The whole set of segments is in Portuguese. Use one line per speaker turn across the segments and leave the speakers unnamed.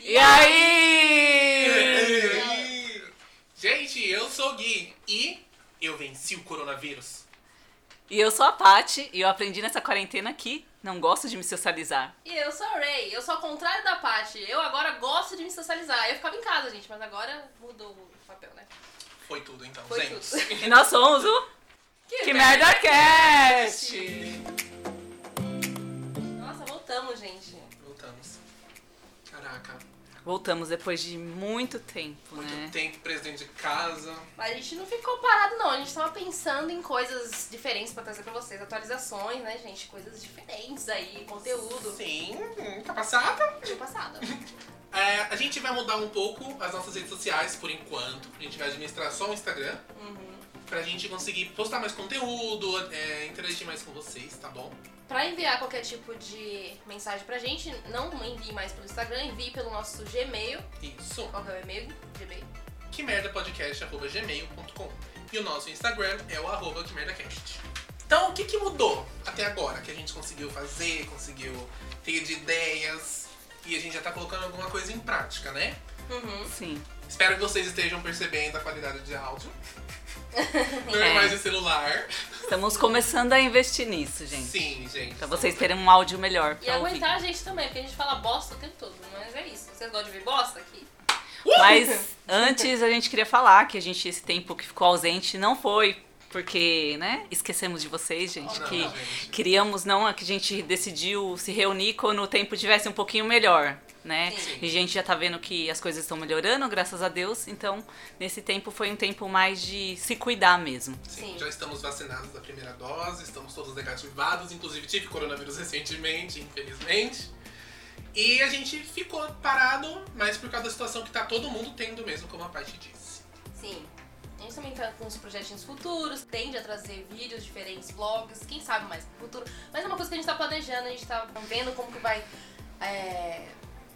E aí? Gente, eu sou o Gui e eu venci o coronavírus.
E eu sou a Paty e eu aprendi nessa quarentena que não gosto de me socializar.
E eu sou a Ray, eu sou ao contrário da Paty. Eu agora gosto de me socializar. Eu ficava em casa, gente, mas agora mudou o papel, né?
Foi tudo então,
Foi
gente.
tudo.
E nós somos o
Que,
Que
merda.
Merda Cast!
Nossa, voltamos, gente.
Voltamos. Caraca,
Voltamos depois de muito tempo,
muito
né?
tempo preso dentro de casa.
Mas a gente não ficou parado, não. A gente tava pensando em coisas diferentes pra trazer pra vocês. Atualizações, né, gente? Coisas diferentes aí, conteúdo.
Sim, tá passada.
Do passado.
É, a gente vai mudar um pouco as nossas redes sociais por enquanto. A gente vai administrar só o Instagram.
Uhum.
Pra gente conseguir postar mais conteúdo, é, interagir mais com vocês, tá bom?
Pra enviar qualquer tipo de mensagem pra gente, não envie mais pelo Instagram, envie pelo nosso Gmail.
Isso.
Qual que é o e-mail? Gmail.
que quemerdapodcast.gmail.com E o nosso Instagram é o arroba quemerdacast. Então, o que, que mudou até agora? Que a gente conseguiu fazer, conseguiu ter de ideias e a gente já tá colocando alguma coisa em prática, né?
Uhum.
Sim.
Espero que vocês estejam percebendo a qualidade de áudio. Não
É.
é mais de celular.
Estamos começando a investir nisso, gente.
Sim, gente.
Pra vocês terem um áudio melhor
E
Então,
pra ouvir.
aguentar a gente também, porque a gente fala bosta o tempo todo. Mas é isso. Vocês gostam de ouvir bosta aqui?
Mas antes a gente queria falar que a gente, esse tempo que ficou ausente, não foi porque, né? Esquecemos de vocês, gente.
Não,
que
não, gente.
queríamos, não, é que a gente decidiu se reunir quando o tempo tivesse um pouquinho melhor. Né?
Sim.
E a gente já tá vendo que as coisas estão melhorando, graças a Deus. Então, nesse tempo foi um tempo mais de se cuidar mesmo.
Sim,
Sim.
já estamos vacinados da primeira dose, estamos todos negativados, inclusive tive coronavírus recentemente, infelizmente. E a gente ficou parado, mas por causa da situação que tá todo mundo tendo mesmo, como a parte disse.
Sim. A gente também tá com uns projetinhos futuros, tende a trazer vídeos diferentes, vlogs, quem sabe mais pro futuro. Mas é uma coisa que a gente tá planejando, a gente tá vendo como que vai é,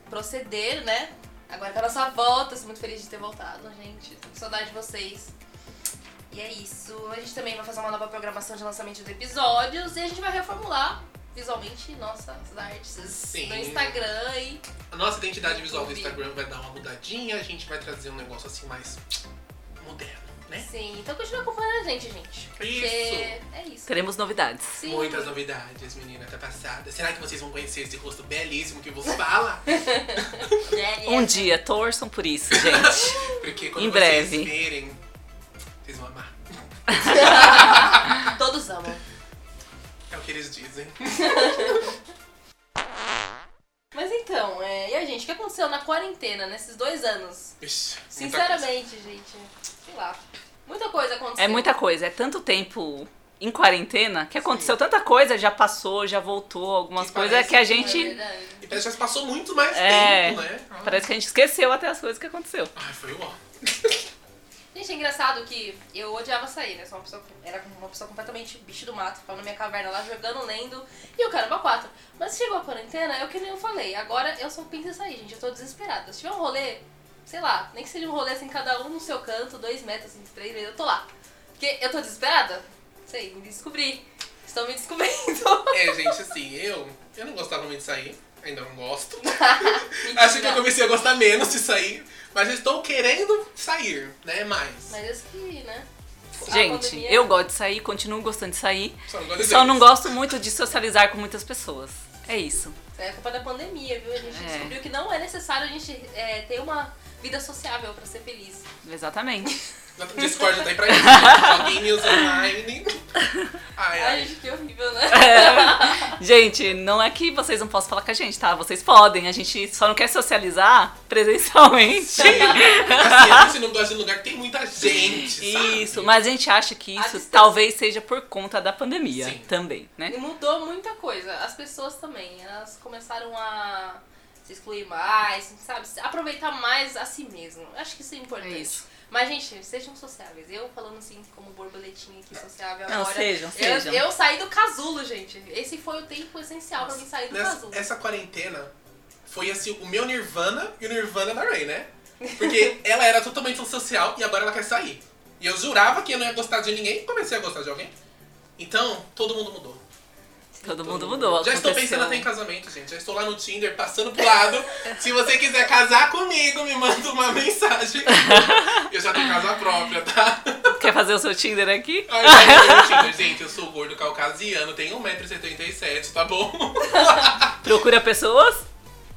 proceder, né? Agora com a nossa volta, sou muito feliz de ter voltado, gente. Tô com saudade de vocês. E é isso. A gente também vai fazer uma nova programação de lançamento de episódios e a gente vai reformular visualmente nossas artes
Sim.
no Instagram e
A nossa identidade visual do
Entendi.
Instagram vai dar uma mudadinha, a gente vai trazer um negócio assim mais moderno, né?
Sim, então continua acompanhando a gente, gente. Porque
Isso.
é isso.
Teremos novidades.
Sim.
Muitas novidades, menina, até passada. Será que vocês vão conhecer esse rosto belíssimo que vos fala?
É,
Um dia, torçam por isso, gente.
Porque quando
Em
vocês
breve.
verem, vocês vão amar.
Todos amam.
É o que eles dizem.
Mas então, é... e a gente, o que aconteceu na quarentena, nesses dois anos?
Ixi, muita coisa.
Sinceramente, gente, sei lá. Muita coisa aconteceu.
É muita coisa, é tanto tempo em quarentena que aconteceu tanta coisa, já passou, já voltou, algumas
Que
coisas
parece
que a
É
gente.
verdade.
E parece que Então, já passou muito mais
É.
tempo, né?
Parece que a gente esqueceu até as coisas que aconteceu.
Ai, foi o ó.
Gente, é engraçado que eu odiava sair, né? Sou uma pessoa, era uma pessoa completamente bicho do mato, ficava na minha caverna lá jogando, lendo, e eu caramba, quatro. Mas chegou a quarentena, é o que nem eu falei, agora eu só penso em sair, gente, eu tô desesperada. Se tiver um rolê, sei lá, nem que seja um rolê assim, cada um no seu canto, dois metros, assim, três metros, eu tô lá. Porque eu tô desesperada? Sei, me descobri. Estou me descobrindo.
É, gente, assim, eu, eu não gostava muito de sair. Ainda não gosto. Acho que eu
Mentira.
comecei a gostar menos de sair. Mas eu estou querendo sair, né? Mais.
Mas isso que, né? A
Gente,
pandemia-
eu gosto de sair, continuo gostando de sair.
Só não gosto de
Só
sair.
não gosto muito de socializar com muitas pessoas. É isso.
É culpa da pandemia, viu? A gente
É.
descobriu que não é necessário a gente é, ter uma vida sociável pra ser feliz.
Exatamente.
Discord tá aí pra isso. né? Joguinhos online. Ai,
Ai,
ai.
gente, que horrível, né?
Gente, não é que vocês não possam falar com a gente, tá? Vocês podem. A gente só não quer socializar presencialmente.
Assim, se não gosta de lugar que tem muita gente, sabe?
Isso, mas a gente acha que
A
isso
distância.
talvez seja por conta da pandemia
Sim.
também, né?
E mudou muita coisa. As pessoas também, elas começaram a se excluir mais, sabe? Se Aproveitar mais a si mesmo. Eu Acho que isso é importante.
É isso.
Mas, gente, sejam sociáveis. Eu falando assim, como borboletinha aqui, sociável
Não,
agora.
sejam,
Eu-
sejam.
Eu, saí do casulo, gente. Esse foi o tempo essencial pra mim sair do
Nessa,
casulo.
essa quarentena foi assim, o meu Nirvana e o Nirvana da Ray, né? Porque ela era totalmente social e agora ela quer sair. E eu jurava que eu não ia gostar de ninguém, comecei a gostar de alguém. Então, todo mundo mudou.
Todo mundo mudou.
Já estou
aconteceu.
pensando até em casamento, gente. Já estou lá no Tinder, passando pro lado. Se você quiser casar comigo, me manda uma mensagem. Eu já tenho casa própria, tá?
Quer fazer o seu Tinder aqui?
Ai, gente, eu tenho Tinder. gente, eu sou gordo caucasiano, tenho 1,77m, tá bom?
Procura pessoas?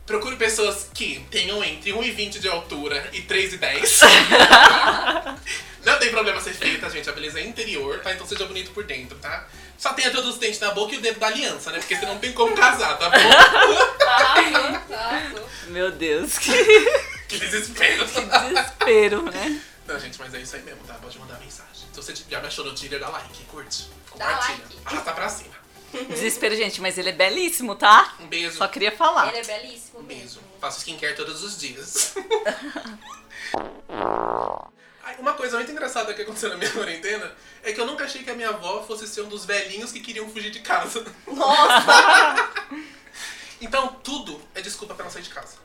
Procure pessoas que tenham entre 1,20 de altura e 3,10. Não tem problema ser feia, tá, gente? A beleza é interior, tá? Então seja bonito por dentro, tá? Só tenha todos os dentes na boca e o dedo da aliança, né? Porque você não tem como casar, tá bom?
Arrasou, arrasou.
Meu Deus, que
que desespero.
desespero, né?
Não, gente, mas é isso aí mesmo, tá? Pode mandar mensagem. Se você já me achou no Tinder, dá like, curte,
Dá
compartilha.
like.
Arrasta pra cima.
Desespero, gente, mas ele é belíssimo, tá?
Um beijo.
Só queria falar.
Ele é belíssimo
Um beijo.
mesmo.
Faço skincare todos os dias. Ai, Uma coisa muito engraçada que aconteceu na minha quarentena é que eu nunca achei que a minha avó fosse ser um dos velhinhos que queriam fugir de casa.
Nossa!
Então tudo é desculpa pra não sair de casa.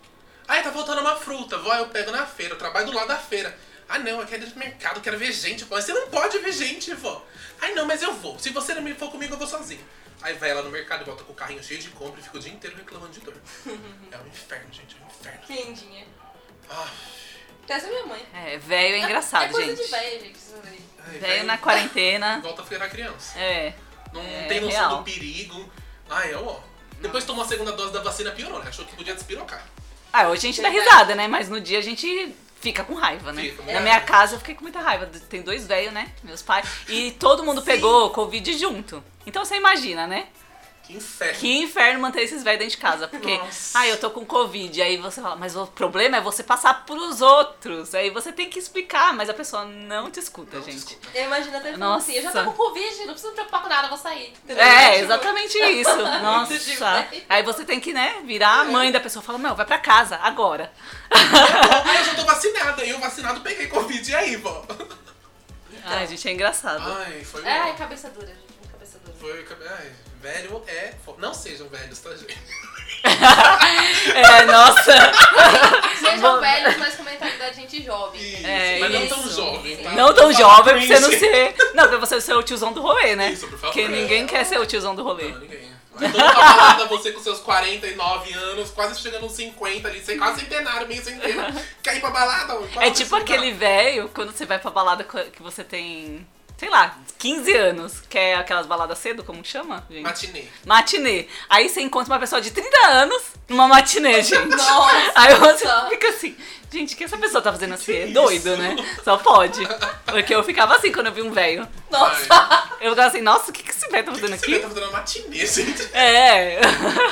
Ai, tá faltando uma fruta, vó, eu pego na feira, eu trabalho do lado da feira. Ah não, eu quero ir no mercado, eu quero ver gente, vó. Você não pode ver gente, vó. Ai não, mas eu vou. Se você não me for comigo, eu vou sozinho. Aí vai ela no mercado e volta com o carrinho cheio de compra e fica o dia inteiro reclamando de dor. É um inferno, gente, é um inferno.
Lindinha.
Ah,
Essa é minha mãe.
É, velho é engraçado,
É coisa
gente.
de velho, gente. isso daí.
ai,
Velho na quarentena.
É, Volta a virar criança.
É.
Não
É
tem noção
real.
do perigo. Ai, é ó. Depois tomou a segunda dose da vacina, piorou, né? Achou que podia despirocar.
Ah, hoje a gente dá risada, né? Mas no dia a gente fica com raiva, né?
Fica com
Na
raiva.
minha casa eu fiquei com muita raiva. Tem dois velhos, né? Meus pais. E todo mundo pegou Covid junto. Então você imagina, né?
Que inferno.
Que inferno manter esses velhos dentro de casa. Porque,
Nossa.
ah, eu tô com Covid. Aí você fala, mas o problema é você passar pros outros. Aí você tem que explicar, mas a pessoa não te escuta,
Não,
gente.
desculpa.
Eu imagino até falando
Nossa.
assim, eu já tô com Covid, não preciso me preocupar com nada, eu vou sair. entendeu?
É,
Tipo,
exatamente isso.
tipo,
Nossa.
né?
Aí você tem que, né, virar a mãe da pessoa. Fala, não, vai pra casa, agora.
Ai, eu já tô vacinada. Eu vacinado peguei Covid e aí, vó.
Ai, gente, é engraçado.
Ai, foi.
É, cabeça dura, gente. Cabeça dura.
Foi. Ai, velho é. fo- Não sejam velhos, tá, gente?
É, nossa.
Sejam velhos, mas com mentalidade de gente jovem.
Isso,
É,
mas não tão
isso.
jovem, tá?
Não tão
Fala
jovem pra você não
cringe.
ser. Não, pra você ser o tiozão do rolê, né?
Isso, por favor.
Porque ninguém quer ser o tiozão do rolê.
Não, ninguém. Mas todo mundo tá falando a você com seus 49 anos, quase chegando nos 50 ali, sem quase centenário, meio centenário. Quer ir pra balada? assim,
É tipo aquele velho, quando você vai pra balada co- que você tem, sei lá, 15 anos, que é aquelas baladas cedo, como que chama, gente?
Matinê.
Matinê. Aí você encontra uma pessoa de 30 anos numa matinê, gente.
Nossa.
Aí você fica assim, gente, o que essa pessoa tá fazendo assim? É
isso?
doido, né? Só pode. Porque eu ficava assim quando eu vi um velho.
Nossa!
Eu ficava assim, nossa, o que, que esse velho tá fazendo
Você
aqui?
tá fazendo uma matinê, gente.
É.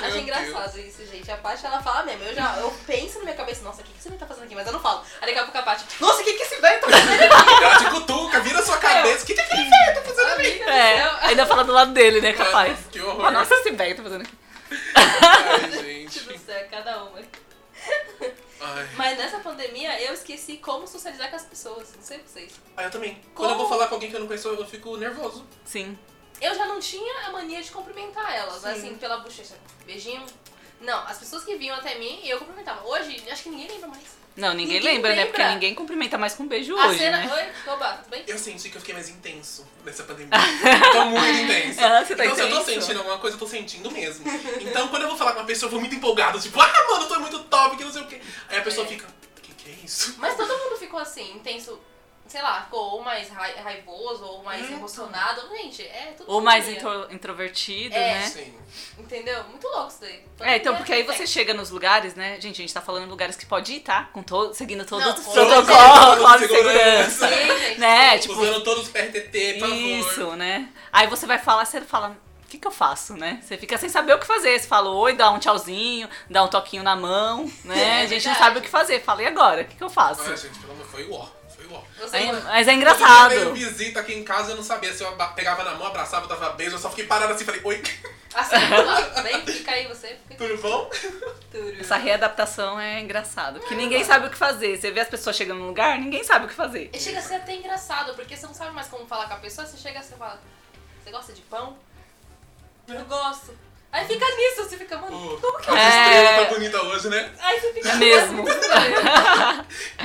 Acho engraçado isso, gente. A Paty, ela fala mesmo. Eu já eu penso na minha cabeça, nossa, o que, que você me tá fazendo aqui? Mas eu não falo. Aí daqui a pouco a Paty, nossa, o que, que esse velho tá fazendo aqui?
Ela te cutuca, vira sua cabeça. O que que aquele velho tá fazendo ali?
Amiga do
É.
céu.
Ainda fala do lado dele, né? Capaz.
Que horror.
Ah, nossa, esse velho tá fazendo aqui.
Ai,
Gente do
gente.
céu, cada uma.
Ai.
Tipo, Mas nessa pandemia eu esqueci como socializar com as pessoas. Não sei vocês.
Ah, eu também.
Como?
Quando eu vou falar com alguém que eu não conheço, eu fico nervoso.
Sim.
Eu já não tinha a mania de cumprimentar elas, né,
Sim.
assim, pela bochecha. Beijinho. Não, as pessoas que vinham até mim, eu cumprimentava. Hoje, acho que ninguém lembra mais.
Não, ninguém,
Ninguém
lembra, né? Porque
lembra.
ninguém cumprimenta mais com beijo
a
hoje,
cena.
né?
Oi, oba, tudo bem?
Eu senti que eu fiquei mais intenso nessa pandemia. tô muito intenso.
Ah, você tá
então, se eu tô
intenso?
sentindo alguma coisa, eu tô sentindo mesmo. Então, quando eu vou falar com uma pessoa, eu vou muito empolgado. Tipo, ah, mano, eu tô muito top, que não sei o quê. Aí a pessoa
É.
fica, o que que é isso?
Mas todo mundo ficou assim, intenso. Sei lá, ficou ou mais rai- raivoso, ou mais
Hum.
emocionado. Gente, é tudo.
Ou mais
pandemia.
intro- introvertido,
É.
né?
Sim.
Entendeu? Muito louco isso daí.
É, então, porque aí
Pandemia,
você chega nos lugares, né? Gente, a gente tá falando em lugares que pode ir, tá? Com todo, seguindo todos
Não,
os
com
protocolos,
todos os
de segurança.
tem. Sim, gente,
Né?
sim.
Tipo,
Usando todos os PRTT, por favor.
Isso, né? Aí você vai falar, você fala, o que que eu faço, né? Você fica sem saber o que fazer. Você fala oi, dá um tchauzinho, dá um toquinho na mão, né?
É
a gente não
verdade.
sabe o que fazer. Fala, e agora? O que que eu faço?
Ah, gente, pelo amor, foi o ó. Foi o ó.
Você
Aí-
manda.
mas é
Eu um
engraçado.
visita aqui em casa, eu não sabia se eu aba- pegava na mão, abraçava, dava beijo. Eu só fiquei parada assim, falei, oi,
Assim, tudo bem? Fica aí você. Fica
tudo bom?
tudo.
Essa readaptação é engraçado, porque ninguém sabe o que fazer. Você vê as pessoas chegando no lugar, ninguém sabe o que fazer.
E Chega a ser até engraçado, porque você não sabe mais como falar com a pessoa, você chega e você fala, você gosta de pão? Não gosto. Aí fica nisso, você fica, mano,
Pô,
como que eu...
A
É.
estrela tá bonita hoje, né?
Aí você fica...
É mesmo.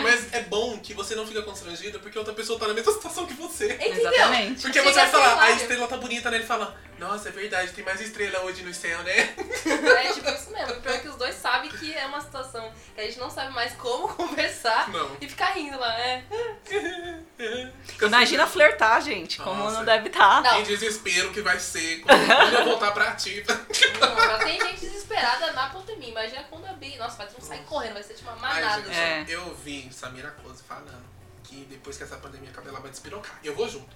Mas é bom que você não fica constrangido porque outra pessoa tá na mesma situação que você.
Entendeu?
Exatamente.
Porque
Chega
você vai
a ser
falar, a
hilário.
estrela tá bonita, né? Ele fala, nossa, é verdade, tem mais estrela hoje no céu, né?
É tipo isso mesmo. O pior é que os dois sabem que é uma situação que a gente não sabe mais como conversar
Não.
e ficar rindo lá, é.
Imagina flertar, gente, como
Nossa.
não deve tá. estar.
Não.
assim, Em desespero que vai ser quando quando eu voltar pra ativa.
Não, já tem gente desesperada na pandemia. Imagina quando abrir. Nossa, vai ter um sair correndo, vai ser tipo uma
Ai,
manada.
gente,
É.
eu vi Samira Close falando que depois que essa pandemia acabar, ela vai despirocar. Eu vou junto.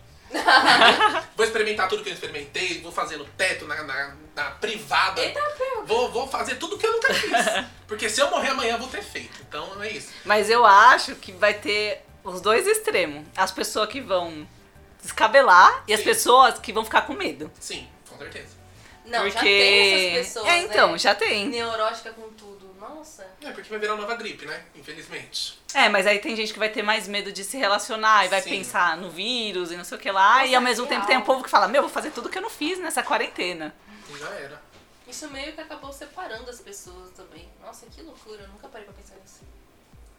vou experimentar tudo que eu experimentei, vou fazer no teto, na, na, na privada.
Eita, pega.
Vou, vou fazer tudo que eu nunca fiz. Porque se eu morrer amanhã, eu vou ter feito. Então é isso.
Mas eu acho que vai ter os dois extremos. As pessoas que vão descabelar e as
Sim.
pessoas que vão ficar com medo.
Sim, com certeza.
Não,
porque...
já tem essas pessoas.
É, então,
né?
já tem.
Neurótica com tudo. Nossa.
É, porque vai virar uma nova gripe, né? Infelizmente.
É, mas aí tem gente que vai ter mais medo de se relacionar e vai
Sim.
pensar no vírus e não sei o que lá.
Nossa, é
e ao mesmo
real.
tempo tem um povo que fala, meu, vou fazer tudo que eu não fiz nessa quarentena.
E já era.
Isso meio que acabou separando as pessoas também. Nossa, que loucura. Eu nunca parei pra pensar nisso.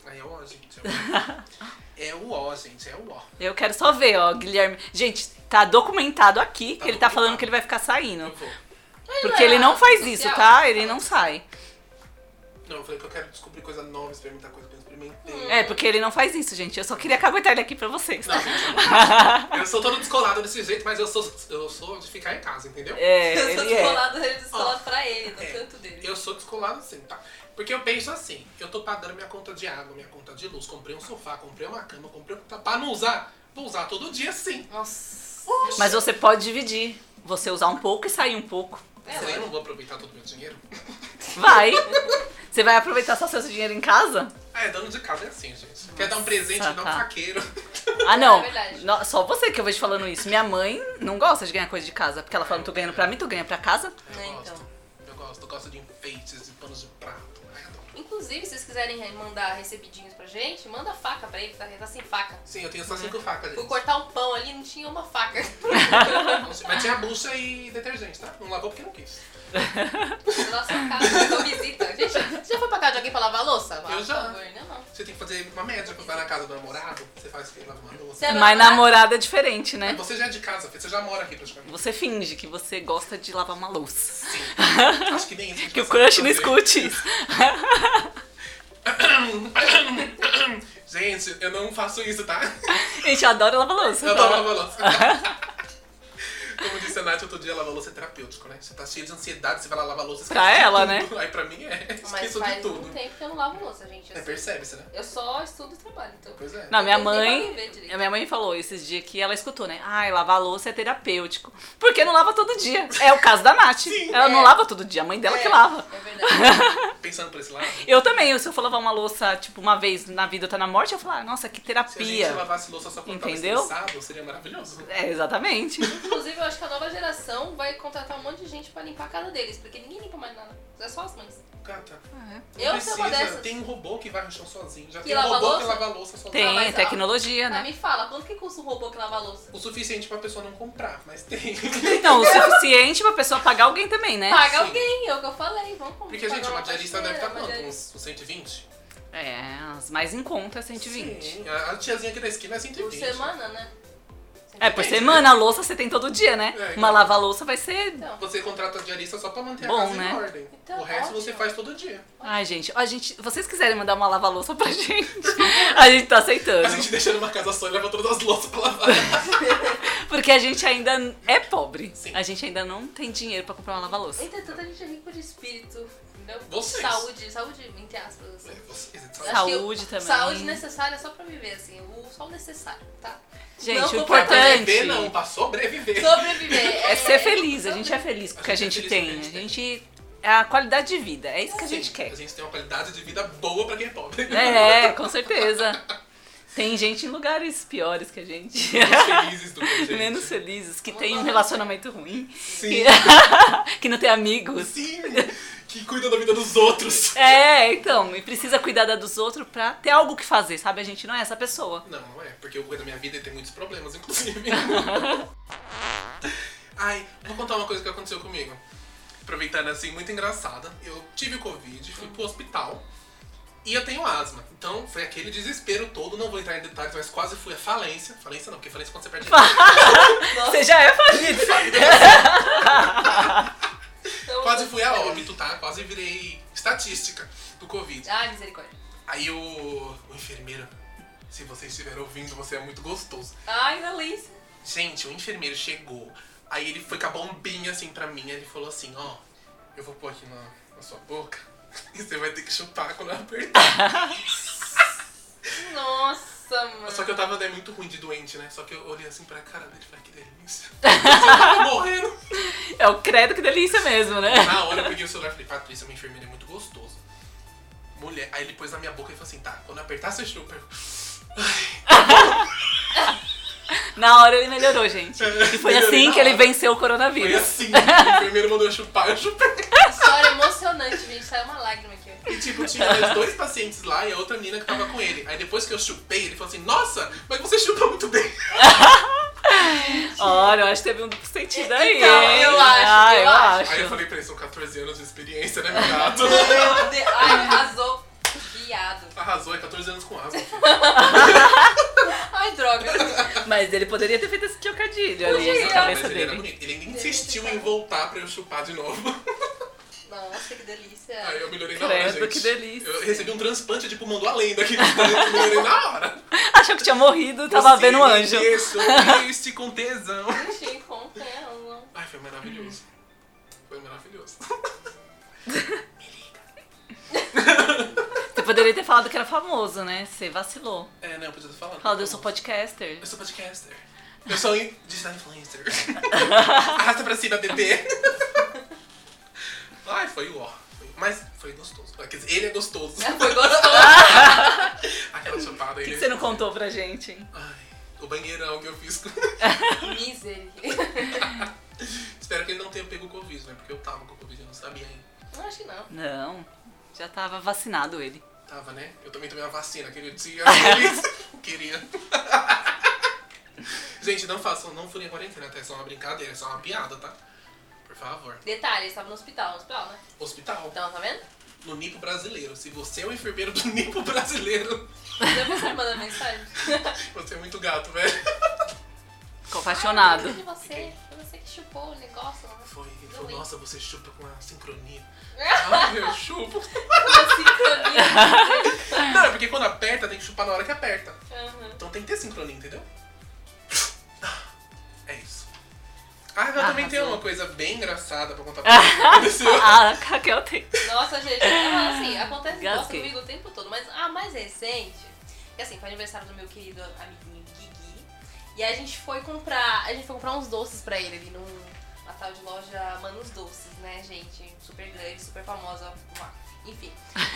Aí é o ó, gente. É o ó. É o ó, gente. É o ó.
Eu quero só ver, ó, Guilherme. Gente, tá documentado aqui
Tá
que ele tá
documentado.
falando que ele vai ficar saindo.
Eu vou.
Porque ele não faz isso,
é, Social.
tá? Ele não sai.
Não, eu falei que eu quero descobrir coisa nova, experimentar coisa que eu não experimentei.
É, porque ele não faz isso, gente. Eu só queria caguetar ele aqui pra vocês.
Não, gente, eu- eu sou todo descolado desse jeito, mas eu sou, eu sou de ficar em casa, entendeu?
É,
Eu sou
ele é.
descolado, ele descolado pra ele, no
É.
canto dele.
Eu sou descolado assim, tá? Porque eu penso assim, eu tô pagando minha conta de água, minha conta de luz, comprei um sofá, comprei uma cama, comprei um... Pra não usar, vou usar todo dia sim.
Nossa.
Mas você pode dividir. Você usar um pouco e sair um pouco.
É,
Será que
lógico.
eu não vou aproveitar todo o meu dinheiro?
Vai. Você vai aproveitar só seu dinheiro em casa?
Ah, é dono de casa é assim, gente. Quer dar um presente,
Nossa,
dá um
tá.
faqueiro.
Ah, não.
É verdade.
No- só você que eu vejo falando isso. Minha mãe não gosta de ganhar coisa de casa. Porque ela fala, tu ganhando pra mim, tu ganha pra casa.
Eu
É,
gosto.
então.
Eu gosto, eu gosto de enfeites, de panos de prato. Ai, adoro.
Inclusive, se vocês quiserem mandar recebidinhos pra gente, manda faca pra ele, tá, tá sem faca.
Sim, eu tenho só cinco facas,
Fui
gente.
É. cortar o pão ali, não tinha uma faca.
Mas tinha bucha e detergente, tá? Não lavou porque não quis.
Na nossa casa, então visita. Gente, você já foi pra casa de alguém pra lavar a louça? Ah,
Eu já.
Por favor, não, não.
Você tem que fazer uma média quando vai na casa do namorado, você faz que ele lava uma louça.
Você é
Mas
namorado?
namorada é diferente, né?
Você já é de casa, filho, você já mora aqui praticamente.
Você finge que você gosta de lavar uma louça.
Sim. Acho que nem isso. a gente
Que o
vai
crush não
fazer.
escute isso.
Gente, eu não faço isso, tá?
Gente, eu adoro lavar louça.
Eu adoro lavar louça. Como disse a Nath outro dia, lavar louça é terapêutico, né? Você tá cheio de ansiedade, você vai lá lavar louça. esquece
Pra
de
ela, né?
tudo. Aí pra mim é,
Mas
esqueço de
faz
tudo.
um tempo que eu não lavo louça, gente.
É,
assim.
percebe-se, né?
Eu só estudo e trabalho, então.
Pois é.
Não, minha
Eu tentei
mãe.
viver direito.
A minha mãe falou esses dias que ela escutou, né? Ai, lavar louça é terapêutico. Porque não lava todo dia. É o caso da Nath. ela não
É.
lava todo dia, a mãe dela
É,
que lava.
É verdade.
Pensando por esse lado,
Eu também, se eu for lavar uma louça, tipo, uma vez na vida tá na morte, eu falo, ah, nossa, que
se a gente
terapia.
lavasse louça só quando tava
Entendeu?
estressado, seria maravilhoso.
É, exatamente.
Inclusive, eu acho que a nova geração vai contratar um monte de gente pra limpar a casa deles, porque ninguém limpa mais nada. É só as mães.
Gata,
Eu sou uma
precisa.
dessas.
Tem um robô que vai no chão sozinho. Já
Que
tem um
lava
robô que
louça?
lava a louça sozinho.
Tem,
mas, ó,
tecnologia,
Ah,
né?
me fala, quanto que custa um robô que lava a louça?
O suficiente pra pessoa não comprar, mas tem.
Não, Então, o suficiente pra pessoa pagar alguém também, né?
Paga
sim.
alguém, é o que eu falei. Vamos comprar.
Porque, gente,
pagar
uma
uma
diarista deve estar
faxineira, uma
quanto?
diarista.
Uns, uns 120?
É, as mais em conta é 120.
Sim, a a tiazinha aqui da esquina é
Por
120.
semana, né?
É, por
Depende,
semana, a louça você tem todo dia, né?
É,
Uma
então.
lava-louça vai ser.
Então,
Você contrata a diarista só pra manter
Bom,
a casa
né?
em ordem.
Então,
o resto
ótimo.
você faz todo dia.
Ai, gente, ó, gente, vocês quiserem mandar uma lava-louça pra gente, a gente tá aceitando.
A gente deixa numa casa só e leva todas as louças pra lavar.
Porque a gente ainda é pobre.
Sim.
A gente ainda não tem dinheiro pra comprar uma lava-louça.
entretanto, a gente é rico de espírito, entendeu?
Vocês.
Saúde, saúde, entre aspas.
É,
Assim.
você-
Acho que o-
Saúde também.
Saúde necessária só pra viver, assim. O, só o necessário, tá?
Gente,
Não
o
vou
Pra
fazer
importante
sobreviver, não, pra sobreviver.
Sobreviver.
é ser feliz. A gente é
sobre-
feliz com o que
A
a
gente é
gente
feliz com o
tem. A
que a
gente. É a qualidade de vida. É isso que a gente
Sim,
quer.
A gente tem uma qualidade de vida boa pra quem é pobre.
É, com certeza. Tem gente em lugares piores que a gente.
Menos felizes do que a gente.
Menos felizes, que
Vamos
tem um
lá.
relacionamento ruim,
Sim.
que, que não tem amigos.
Sim. Que cuida da vida dos outros.
É, então, e precisa cuidar da dos outros pra ter algo que fazer, sabe? A gente não é essa pessoa.
Não, não é, porque eu cuido da minha vida e tem muitos problemas, inclusive. Ai, vou contar uma coisa que aconteceu comigo. Aproveitando assim, muito engraçada. Eu tive Covid, fui pro hospital. E eu tenho asma. Então foi aquele desespero todo, não vou entrar em detalhes, mas quase fui à falência. Falência não, porque falência é quando você perde
Você já é falido.
Então,
Quase fui a óbito, tá? Quase virei estatística do Covid.
Ah, misericórdia.
Aí o, o enfermeiro, se você estiver ouvindo, você é muito gostoso.
Ai, que delícia.
Gente, o enfermeiro chegou, aí ele foi com a bombinha assim pra mim, ele falou assim, ó, eu vou pôr aqui na, na sua boca e você vai ter que chupar quando eu apertar.
Nossa, mano.
Só que eu tava né, muito ruim de doente, né? Só que eu olhei assim pra cara dele e falei, que delícia. Eu tava morrendo.
É o credo que delícia mesmo, né?
Na hora eu peguei o celular e falei, Patrícia, uma enfermeira é muito gostoso. Mulher. Aí ele pôs na minha boca e falou assim, tá, quando eu apertar você chupa. Eu-
Na hora ele melhorou, gente. E foi assim que ele venceu o
Foi
coronavírus.
assim, o enfermeiro mandou eu chupar, eu chupei.
História é emocionante, gente. Saiu uma lágrima aqui.
E tipo, tinha mais dois pacientes lá e a outra menina que tava com ele. Aí depois que eu chupei, ele falou assim, nossa, mas você chupa muito bem.
Olha, eu acho que teve um duplo sentido aí.
Então,
hein?
eu acho,
Ah,
eu
eu
acho.
Aí eu
acho.
falei pra ele, são 14 anos de experiência, né, meu gato?
Meu Deus. Ai, arrasou. Viado.
Arrasou, é 14 anos com asma. filho.
Ai, droga.
Mas ele poderia ter feito esse trocadilho ali
Podia,
na
Mas
é cabeça
ele era
dele.
bonito. Ele ainda insistiu em voltar pra eu chupar de novo.
Nossa, que delícia.
Aí eu melhorei na hora,
Credo,
gente.
que delícia.
Eu recebi um transplante de pulmão do além daqui. Eu melhorei na hora.
Achou que tinha morrido, tava
Você
vendo um anjo.
me deixou triste com tesão.
Achei com ela.
Ai, foi maravilhoso.
Uhum.
Foi maravilhoso.
Você poderia ter falado que era famoso, né? Você vacilou.
É, não, eu podia ter falado.
Falou, eu sou podcaster.
Eu sou podcaster. Eu sou in- digital influencer. Arrasta pra cima, bebê. Ai, foi o ó. Foi- Mas foi gostoso. Quer dizer, ele é gostoso.
Foi gostoso.
Aquela chupada
O que,
ele.
que você não contou pra gente? hein?
Ai, o banheirão que eu fiz. com-
Misericórdia.
Espero que ele não tenha pego o Covid, né? Porque eu tava com o Covid, eu não sabia ainda.
Não, acho que não.
Não, já tava vacinado ele.
Tava, né? Eu também tomei uma vacina aquele dia. Feliz. Queria. Gente, não façam, não furem a quarentena, tá? É só uma brincadeira, é só uma piada, tá? Por favor.
Detalhe, eles estavam no hospital. No hospital, né?
Hospital.
Então, tá vendo?
No Nipo brasileiro. Se você é um enfermeiro do Nipo brasileiro,
Depois você me mandando mensagem.
você é muito gato, velho.
Compaixonado.
Ai, eu lembrei de você. Foi você que chupou o negócio. né? lá.
Foi, ele
Não,
falou,
hein?
nossa, você chupa com a sincronia. Ah, eu chupo.
Uma sincronia.
Não, é porque quando aperta, tem que chupar na hora que aperta.
Aham.
Então tem que ter sincronia, entendeu? É isso. Ah, eu também tenho uma coisa bem engraçada pra contar pra vocês. que Aconteceu.
Ah, a Raquel tem.
Nossa, gente, ah, assim, acontece negócio
Gasguei.
comigo o tempo todo, mas a mais recente, que assim, foi aniversário do meu querido amiguinho Gigi, e a gente foi comprar, a gente foi comprar uns doces pra ele ali numa tal de loja Manos Doces, né, gente, super grande, super famosa, uma- enfim.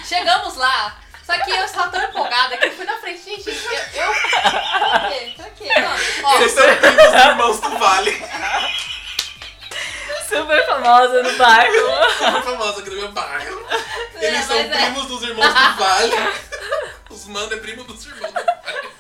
Chegamos lá, só que eu estava tão empolgada que eu fui na frente, gente, eu... eu... Pra quê? Pra quê? Não, ó,
Vocês são primos irmãos do Vale.
Super famosa no bairro.
Super famosa aqui do meu bairro. Eles
mas
são
é.
primos dos irmãos do Vale. Os manda é primo dos irmãos do Vale.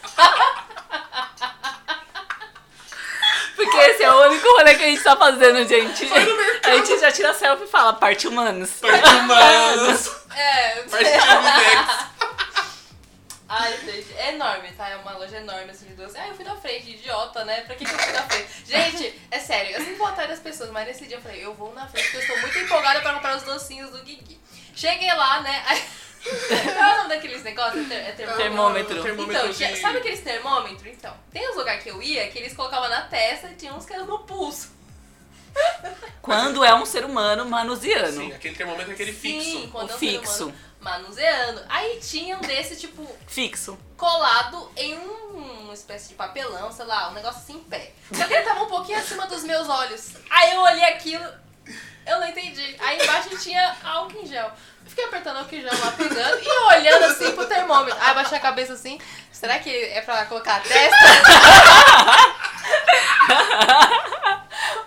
Porque esse é o único rolê que a gente tá fazendo, gente.
no mercado.
A gente já tira selfie e fala, parte humanos.
Parte humanos.
é...
Parte Timex.
Ai, gente, é enorme, tá? É uma loja enorme, assim, de doce. Ah, eu fui na frente, idiota, né? Pra que, que eu fui na frente? Gente, é sério, eu sempre vou atrás das pessoas, mas nesse dia eu falei, eu vou na frente porque eu estou muito empolgada pra comprar os docinhos do Gigi. Cheguei lá, né? Aí... Qual é o nome daqueles negócios? É ter- é termômetro?
Termômetro.
um Termômetro
Então, já-
de...
sabe aqueles termômetros? Então, tem uns lugares que eu ia que eles colocavam na testa e tinha uns que eram no pulso.
Quando é um ser humano manuseando.
Sim, aquele termômetro é aquele
Sim,
fixo.
quando
O
é um ser
fixo.
humano Manuseando. Aí tinha um desse, tipo,
Fixo.
colado em um- uma espécie de papelão, sei lá, um negócio assim em pé. Só que ele tava um pouquinho acima dos meus olhos. Aí eu olhei aquilo, eu não entendi. Aí embaixo tinha álcool em gel. Eu fiquei apertando o álcool em gel lá, pegando e eu olhando assim pro termômetro. Aí eu baixei a cabeça assim, será que é pra colocar a testa?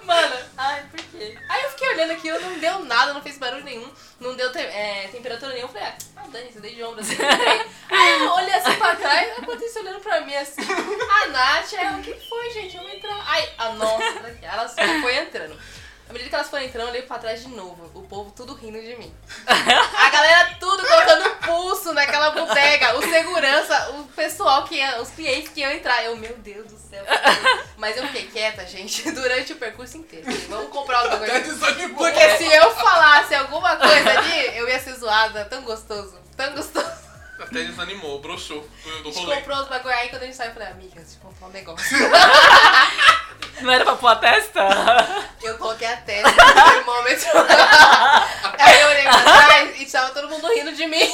Mano, ai, por quê? Aí eu fiquei olhando aquilo, não deu nada, não fez barulho nenhum, não deu te- é, temperatura nenhuma. Eu Falei, ah, dane-se, eu dei de ombro assim, entrei. Aí eu olhei assim pra trás, aconteceu olhando pra mim assim. A Nath, aí ela, o que foi, gente? Vamos entrar. Ai, a nossa, daqui. ela só foi entrando. À medida que elas foram entrando, eu olhei pra trás de novo. O povo tudo rindo de mim. A galera tudo colocando expulso naquela bodega. O segurança, o pessoal que ia, os clientes que iam entrar. Eu, meu Deus do céu. Mas eu fiquei quieta, gente, durante o percurso inteiro. Vamos comprar alguma
Até
coisa.
desanimou.
Porque se eu falasse alguma coisa ali, eu ia ser zoada. Tão gostoso, tão gostoso.
Até desanimou, broxou do, do
A gente
rolê.
comprou os bagulho aí quando a gente saiu, eu falei, amiga, deixa eu comprar um negócio.
Não era pra pôr a testa?
Eu coloquei a testa no termômetro. Aí eu olhei pra trás e tava todo mundo rindo de mim.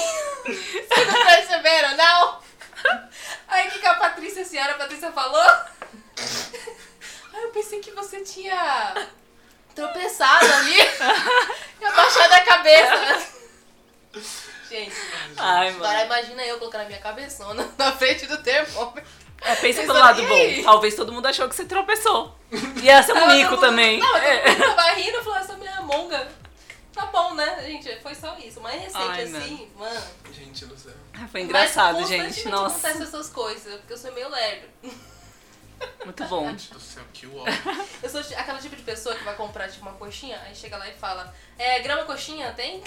Vocês não perceberam, não? Aí o que, que a Patrícia, a senhora Patrícia falou? Aí eu pensei que você tinha tropeçado ali e abaixado a cabeça. Gente,
Ai,
agora
mano.
imagina eu colocando a minha cabeçona na frente do termômetro.
É, pensa
Vocês
pelo lado
olham, "E aí?"
bom. Talvez todo mundo achou que você tropeçou. Ia ser um
Tava
mico
todo mundo-
também.
Não,
É.
todo mundo tava rindo e falou, essa mulher é monga. Tá bom, né, gente? Foi só isso. Mas recente
Ai,
assim, mano.
Gente do céu.
Ah, Foi engraçado,
Mas
gente.
constantemente
Nossa,
acontece essas coisas, porque eu sou meio lerdo.
muito bom.
Gente do céu, que uó.
Eu sou aquela tipo de pessoa que vai comprar tipo uma coxinha, aí chega lá e fala, é, grama coxinha, tem?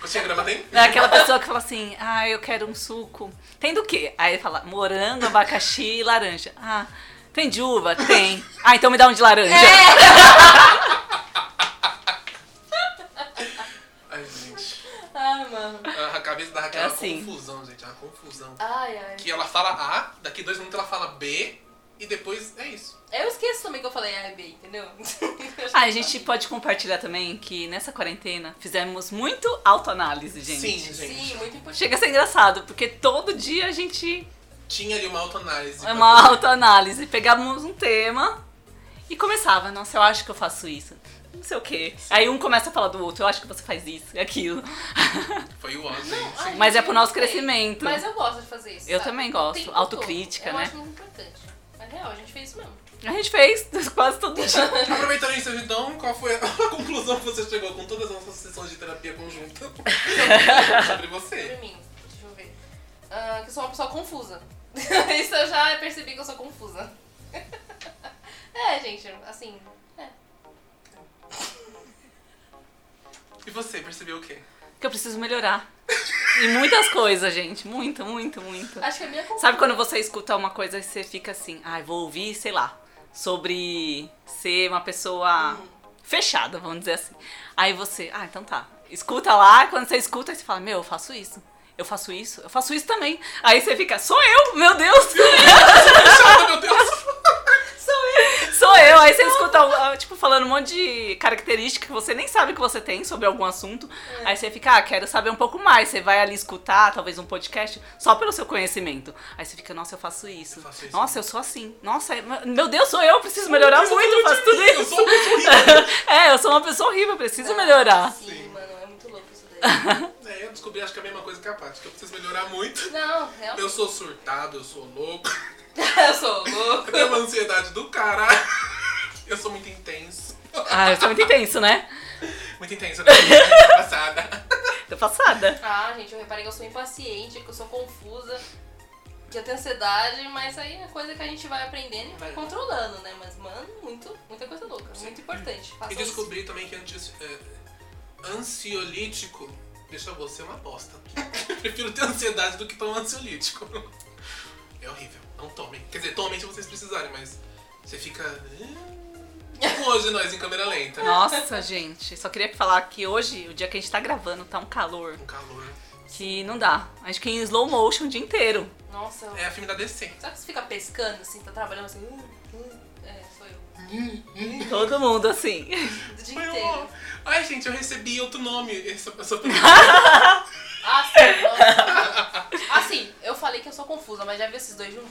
Coxinha grama tem?
É aquela pessoa que fala assim, ah, eu quero um suco. Tem do quê? Aí ele fala, morango, abacaxi e laranja. Ah, tem de uva? Tem. Ah, então me dá um de laranja.
É.
É.
Ai, gente.
Ai, mano.
A cabeça da Raquel
É
é
assim.
uma confusão, gente. É uma confusão.
Ai, ai.
Que ela fala A, daqui dois minutos ela fala B, e depois é isso.
Eu esqueço também que eu é falei ai, bem, entendeu?
Ah, a gente pode compartilhar também que nessa quarentena fizemos muito autoanálise, gente.
Sim, gente.
Sim, muito importante.
Chega a ser engraçado, porque todo dia a gente
Tinha ali uma autoanálise.
é uma autoanálise. Pegávamos um tema e começava, nossa, eu acho que eu faço isso. Não sei o quê. Aí um começa a falar do outro, eu acho que você faz isso, e aquilo.
Foi o ó,
Não,
gente.
ai,
Mas é
gente,
pro
eu
nosso
gostei.
crescimento.
Mas eu gosto de fazer isso.
Eu
sabe?
também
O
gosto.
tempo
Autocrítica,
todo.
né?
Eu acho muito importante. Na real, a gente fez isso mesmo.
A gente fez quase todo dia.
Aproveitando isso, então, qual foi a conclusão que você chegou com todas as nossas sessões de terapia conjunta sobre
Sobre
você?
mim, deixa eu ver. Ah, que eu sou uma pessoa confusa. Isso eu já percebi que eu sou confusa. é, gente, assim. É.
E você, percebeu o quê?
Que eu preciso melhorar. E muitas coisas, gente. Muito, muito, muito.
Acho que a minha confusão.
Sabe quando você escuta uma coisa e você fica assim, ai, vou ouvir, sei lá, sobre ser uma pessoa fechada, vamos dizer assim. Aí você, ah, então tá. Escuta lá, quando você escuta, aí você fala, meu, eu faço isso. Eu faço isso, eu faço isso também. Aí você fica, sou eu, meu Deus!
Fechada, meu Deus!
Sou eu, aí você escuta, ah, tipo, falando um monte de característica que você nem sabe que você tem sobre algum assunto. Aí você fica, ah, quero saber um pouco mais. Você vai ali escutar, talvez um podcast, só pelo seu conhecimento. Aí você fica, nossa, eu faço isso.
Eu faço isso.
Nossa, eu sou assim. Nossa, é- meu Deus, sou eu, eu preciso melhorar muito, eu faço tudo
Eu
isso.
sou muito horrível!
É, eu sou uma pessoa horrível, eu preciso melhorar.
Sim,
Sim.
mano, é muito louco isso daí.
É, eu descobri, acho que é a mesma coisa que a Paty, que eu preciso melhorar muito.
Não, realmente.
Eu sou surtado, eu sou louco,
Eu sou louco.
eu tenho uma ansiedade do caralho, eu sou muito intenso.
Ah, eu sou muito intenso, né?
Muito intenso, né? Muito Passada.
Tô passada.
Ah, gente, eu reparei que eu sou impaciente, que eu sou confusa, que eu tenho ansiedade, mas aí é coisa que a gente vai aprendendo e vai controlando, né? Mas, mano, muito, muita coisa louca. Muito importante. Façam
E
isso.
descobri também que antes, é, ansiolítico deixa você uma bosta. Prefiro ter ansiedade do que tomar ansiolítico. É horrível. Não tomem. Quer dizer, tomem se vocês precisarem, mas você fica. "Ah, Como hoje nós em câmera lenta. né?
Nossa, gente, só queria falar que hoje, o dia que a gente tá gravando, tá um calor
Com calor.
que não dá. A gente fica em slow motion o dia inteiro.
Nossa, eu
É a filme da DC.
Sabe que você fica pescando, assim, tá trabalhando assim? hum, hum, é, sou eu.
Todo mundo assim.
O dia
Foi um
inteiro.
uma- Ai, gente, eu recebi outro nome. Essa, essa...
Ah, sim, nossa. Ah, sim, eu falei que eu sou confusa, mas já vi esses dois juntos.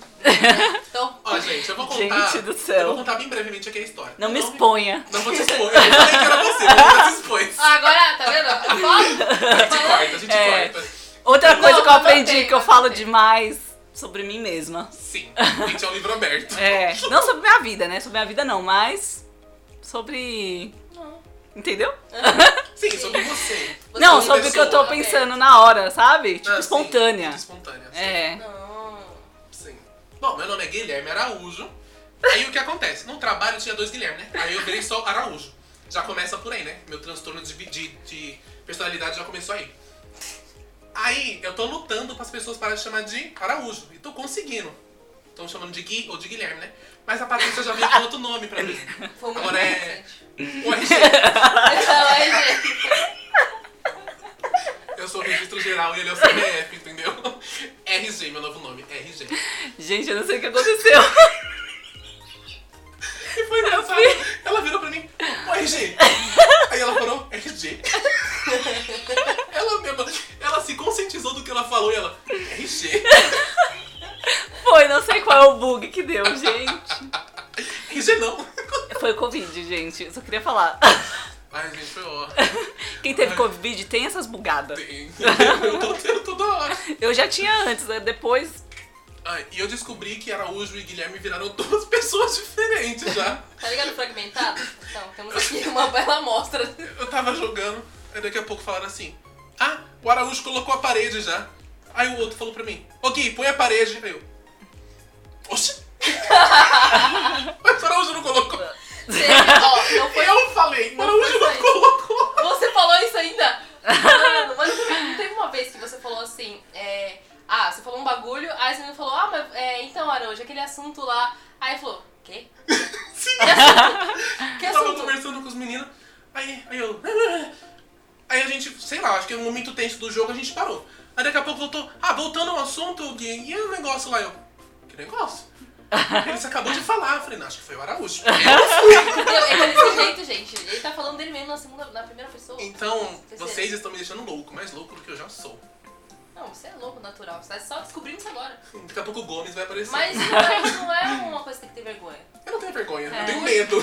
Então,
Ó, gente, eu vou contar.
Gente do céu.
Eu vou contar bem brevemente aqui a história.
Não me
me-
exponha.
Não vou te expor. Eu falei que era você, mas não te expôs.
agora, tá vendo?
A gente
Fala.
corta, a gente
Ah, É.
corta.
Outra
Não,
coisa que eu
não
aprendi
tem,
que eu
não
falo
tem.
demais sobre mim mesma.
Sim, gente, é um livro aberto.
É, não sobre minha vida, né? Sobre minha vida não, mas sobre,
Não.
entendeu?
Sim, sobre você.
Você
não,
é
sobre o que eu tô
pessoa,
pensando na hora, sabe? Tipo,
Ah, sim,
espontânea.
muito espontânea. sim,
É.
Não.
Sim. Bom, meu nome é Guilherme Araújo. Aí o que acontece? No trabalho tinha dois Guilherme, né? Aí eu virei só Araújo. Já começa por aí, né? Meu transtorno de, de, de personalidade já começou aí. Aí eu tô lutando para as pessoas pararem de chamar de Araújo. E tô conseguindo. Estão me chamando de Gui ou de Guilherme, né? Mas a Patrícia já veio com outro nome pra mim.
Foi muito
Agora é.
interessante.
O RG.
Então, gente,
Eu sou o registro geral e ele é o CBF, entendeu? RG, meu novo nome. RG.
Gente, eu não sei o que aconteceu.
E foi engraçado. Ela virou pra mim, ô RG. Aí ela falou, RG. Ela mesma, ela se conscientizou do que ela falou e ela, RG.
Foi, não sei qual é o bug que deu, gente.
RG não.
Foi Covid, gente. Eu só queria falar.
Ai, gente, foi ó.
Quem teve Covid tem essas bugadas.
Tem. Eu tô tendo toda hora.
Eu já tinha antes, né? depois.
Ai, e eu descobri que Araújo e Guilherme viraram duas pessoas diferentes já.
tá ligado fragmentado? Então, temos aqui uma bela amostra.
Eu tava jogando, aí daqui a pouco falaram assim: Ah, o Araújo colocou a parede já. Aí o outro falou pra mim: Ô Gui, põe a parede. Aí eu: Oxi! Mas o Araújo não colocou.
Você, ó, não foi
Eu falei: O
Não
Araújo
foi
não
isso.
colocou.
Você falou isso ainda? Mano, mas não teve uma vez que você falou assim, é, ah, você falou um bagulho, aí você não falou, ah, mas é, então, Araújo, aquele assunto lá. Aí falou, quê?
Sim.
Que
Eu tava
assunto?
conversando com os meninos, aí, aí eu. Aí a gente, sei lá, acho que no momento tenso do jogo a gente parou. Aí daqui a pouco voltou. Ah, voltando ao assunto, Gui, e o negócio lá? Eu. Que negócio? Ele acabou de falar. Eu falei, não, acho que foi o Araújo.
Entendeu? É desse jeito, gente. Ele tá falando dele mesmo na, segunda, na primeira pessoa.
Então,
Terceira.
vocês estão me deixando louco, mais louco do que eu já sou.
Não, você é louco, natural. Você tá só descobrindo isso agora.
Daqui a pouco o Gomes vai aparecer.
Mas mas não é uma coisa que tem que ter vergonha.
Eu não tenho vergonha,
É.
eu tenho medo.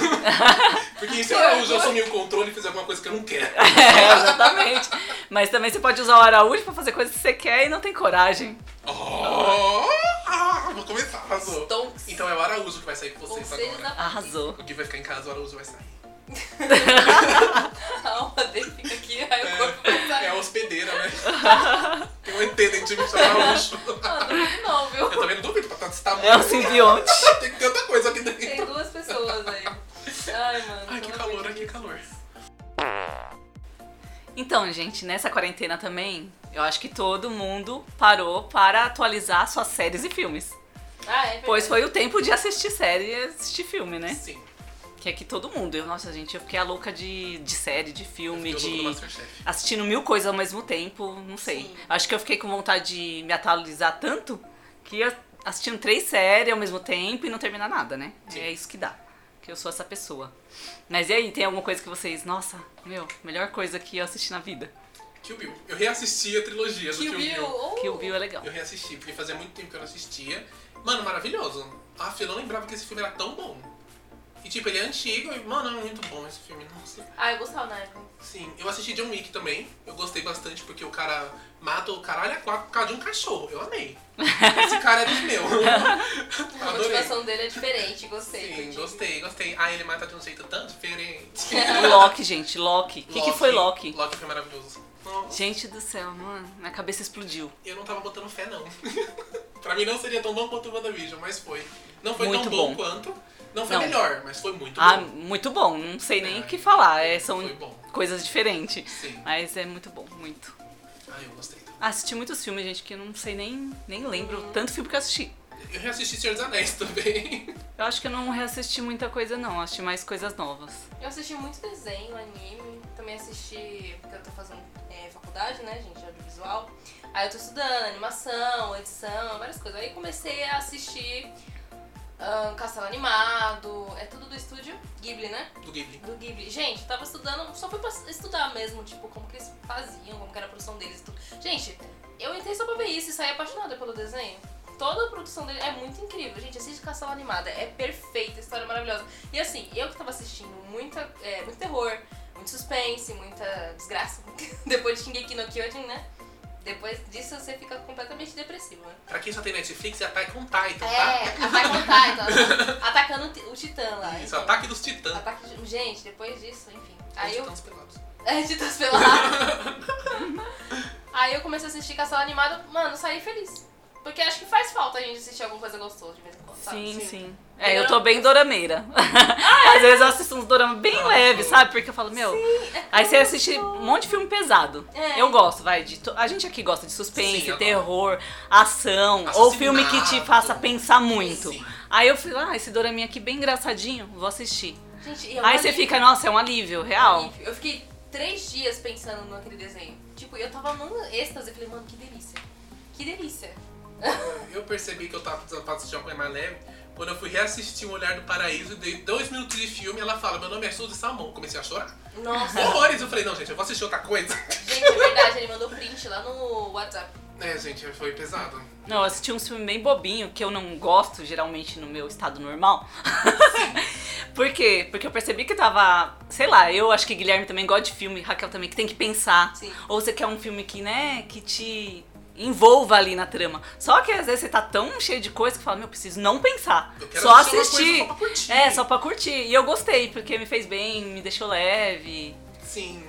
Porque se o
Tem
Araújo
vergonha?
assumir o controle e fizer alguma coisa que eu não quero.
É, exatamente. Mas também você pode usar o Araújo pra fazer coisas que você quer e não tem coragem.
Oh, ah, vou começar, arrasou.
Stonks.
Então é o Araújo que vai sair com vocês
Conselhos
agora.
da
Arrasou.
O Gui vai ficar em casa, o Araújo vai sair.
A alma dele fica aqui, aí o corpo vai
É, é
sair.
a hospedeira, né? Tem um ET dentro de mim chamado Araújo.
Mano, não, viu?
Eu também não duvido pra estar desse
É um
tamanho.
simbionte.
Tem tanta coisa aqui dentro.
Tem duas pessoas aí. Ai, mano.
Ai, que
pelo
calor,
amor
ai,
de
que
Deus.
calor.
Então, gente, nessa quarentena também, eu acho que todo mundo parou para atualizar suas séries e filmes.
Ah, é
Pois
verdade.
foi o tempo de assistir série e assistir filme, né?
Sim,
Que é que todo mundo. Eu, nossa, gente, eu fiquei a louca de, de série, de filme,
eu vou no
de.
Masterchef.
assistindo mil coisas ao mesmo tempo, não sei.
Sim.
Acho que eu fiquei com vontade de me atualizar tanto que ia assistindo três séries ao mesmo tempo e não terminar nada, né?
Sim.
É isso que dá. Que eu sou essa pessoa. Mas e aí, tem alguma coisa que vocês. Nossa, meu, melhor coisa que eu assisti na vida.
Kill Bill. Eu reassisti a trilogia do
Kill Bill. oh.
Que o Bill é legal.
Eu reassisti, porque fazia muito tempo que eu não assistia. Mano, maravilhoso. Aff, eu não lembrava que esse filme era tão bom. E tipo, ele é antigo e, mano, é muito bom esse filme. Nossa.
Ah, eu gostava na época.
Sim, eu assisti John Wick também. Eu gostei bastante porque o cara mata o caralho a quatro por causa de um cachorro. Eu amei. Esse cara é dos meus.
A
Adorei.
motivação tipo. dele é diferente, gostei.
Sim,
curti.
gostei, gostei. Ah, ele mata de um jeito tão diferente.
Loki, gente, Loki. O que, que foi Loki?
Loki foi maravilhoso. Nossa,
Gente do céu, mano, minha cabeça explodiu.
eu não tava botando fé, não. pra mim não seria tão bom quanto o WandaVision, mas foi. Não foi
Muito
tão bom,
bom.
quanto. Não foi
Não.
melhor, mas foi muito
Ah,
bom.
muito bom, não sei nem
É,
o que falar. é, são
Foi bom.
coisas diferentes.
Sim.
Mas é muito bom, muito.
Ah, eu gostei.
Ah, assisti muitos filmes, gente, que eu não sei nem, nem lembro tanto filme que eu assisti.
Eu reassisti Senhor dos Anéis também.
Eu acho que eu não reassisti muita coisa, não. Eu Assisti mais coisas novas.
Eu assisti muito desenho, anime, também assisti, porque eu tô fazendo é, faculdade, né, gente, de audiovisual. Aí eu tô estudando animação, edição, várias coisas. Aí comecei a assistir ahn, Castelo Animado, é tudo do estúdio Ghibli, né?
Do Ghibli.
do Ghibli. Gente, eu tava estudando, só fui pra estudar mesmo, tipo, como que eles faziam, como que era a produção deles. e tudo. Gente, eu entrei só pra ver isso e saí apaixonada pelo desenho. Toda a produção dele é muito incrível, gente. Assiste Castelo Animada, é perfeita, a história é maravilhosa. E assim, eu que tava assistindo muita, é, muito terror, muito suspense, muita desgraça. Depois de Shingeki no Kyojin, né? Depois disso você fica completamente depressivo, né?
Pra quem só tem Netflix, é Attack on Titan,
É,
tá?
Attack on Titan, atacando o ti- o Titã lá.
Isso,
então.
Ataque dos Titãs.
Ataque de- Gente, depois disso, enfim. Aí
Os
eu
Titãs pelados.
é, Titas Peladas. Aí eu comecei a assistir Castelo Animado, mano, saí feliz. Porque acho que faz falta a gente assistir alguma coisa gostosa de vez em quando, sabe?
Sim,
Assim,
sim. É, eu tô bem dorameira. Às vezes eu assisto uns dorama bem leves, sabe? Porque eu falo, meu. aí você assiste um monte de filme pesado.
É.
Eu gosto, vai. De to- A gente aqui gosta de suspense,
Sim, eu
terror, ação, ou filme que te
Assassinato.
faça pensar muito.
Sim.
Aí eu falo, ah, esse doraminha aqui bem engraçadinho, vou assistir.
Gente, e é um
Aí você
alívio,
fica, nossa, é um alívio,
é um
real.
alívio. Eu fiquei três dias pensando naquele desenho. Tipo, eu tava num êxtase. Eu falei, mano, que delícia. Que delícia.
Eu percebi que eu tava precisando pra assistir uma coisa mais leve. Quando eu fui reassistir O Olhar do Paraíso, dei dois minutos de filme, ela fala, meu nome é Suzy Salmão. Comecei a chorar.
Nossa,
Horrores! Eu falei, não, gente, eu vou assistir outra coisa.
gente, é verdade. Ele mandou print lá no WhatsApp.
É, gente, foi pesado.
Não, eu assisti um filme bem bobinho, que eu não gosto geralmente no meu estado normal. Por quê? Porque eu percebi que tava. Sei lá, eu acho que Guilherme também gosta de filme, Raquel também, que tem que pensar.
Sim.
Ou você quer um filme que, né, que te envolva ali na trama. Só que às vezes você tá tão cheio de coisa que fala, meu, eu preciso não pensar.
Eu quero
Só
assistir uma
assistir.
coisa só pra curtir.
É, só pra curtir. E eu gostei, porque me fez bem, me deixou leve.
Sim.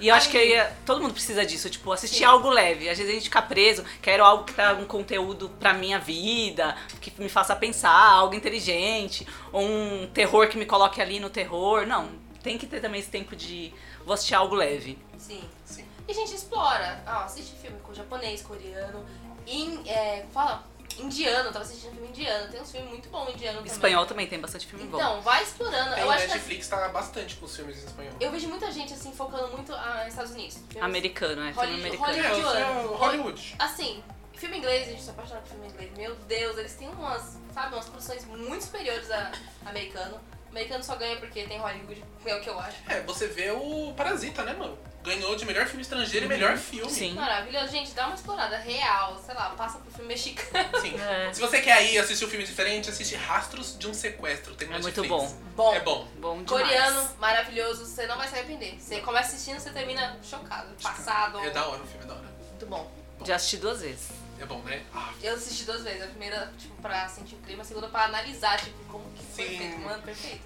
E eu acho
Aí-
que aí, é, todo mundo precisa disso, tipo, assistir
Sim.
algo leve. Às vezes a gente fica preso, quero algo que traga um conteúdo pra minha vida, que me faça pensar, algo inteligente, ou um terror que me coloque ali no terror. Não, tem que ter também esse tempo de vou assistir algo leve.
Sim.
Sim.
E, gente, explora. Ah, assiste filme com japonês, coreano, in, é, fala, indiano. Eu tava assistindo filme indiano. Tem uns filmes muito bons indiano também.
Espanhol também tem bastante filme bom.
Então, vai explorando.
Tem
eu acho que assim,
Netflix tá bastante com os filmes em espanhol.
eu vejo muita gente assim focando muito ah, nos Estados Unidos. Filmes-
Americano, é, filme
Hollywood-
É,
americano.
o
Hollywood.
seu Hollywood.
Assim, filme inglês, a gente se apaixona por filme inglês. Meu Deus, eles têm umas, sabe, umas produções muito superiores a americano. Americano só ganha porque tem Hollywood, é o que eu acho.
É, você vê o Parasita, né, mano? Ganhou de melhor filme estrangeiro e melhor filme.
Uhum. Sim.
Maravilhoso. Gente, dá uma explorada real, sei lá, passa pro filme mexicano.
Sim.
É.
Se você quer ir assistir um filme diferente, assiste Rastros de um Sequestro. Tem no
É muito
Netflix.
bom.
Bom.
É bom.
Bom demais.
Coreano, maravilhoso, você não vai se arrepender. Você começa assistindo, você termina chocado, passado.
É da hora o filme, é da hora.
Muito bom.
Já assisti duas vezes.
É bom, né? Ah,
Eu assisti duas vezes. A primeira, tipo, pra sentir o clima, a segunda pra analisar, tipo, como que foi
Sim.
feito. Mano, perfeito.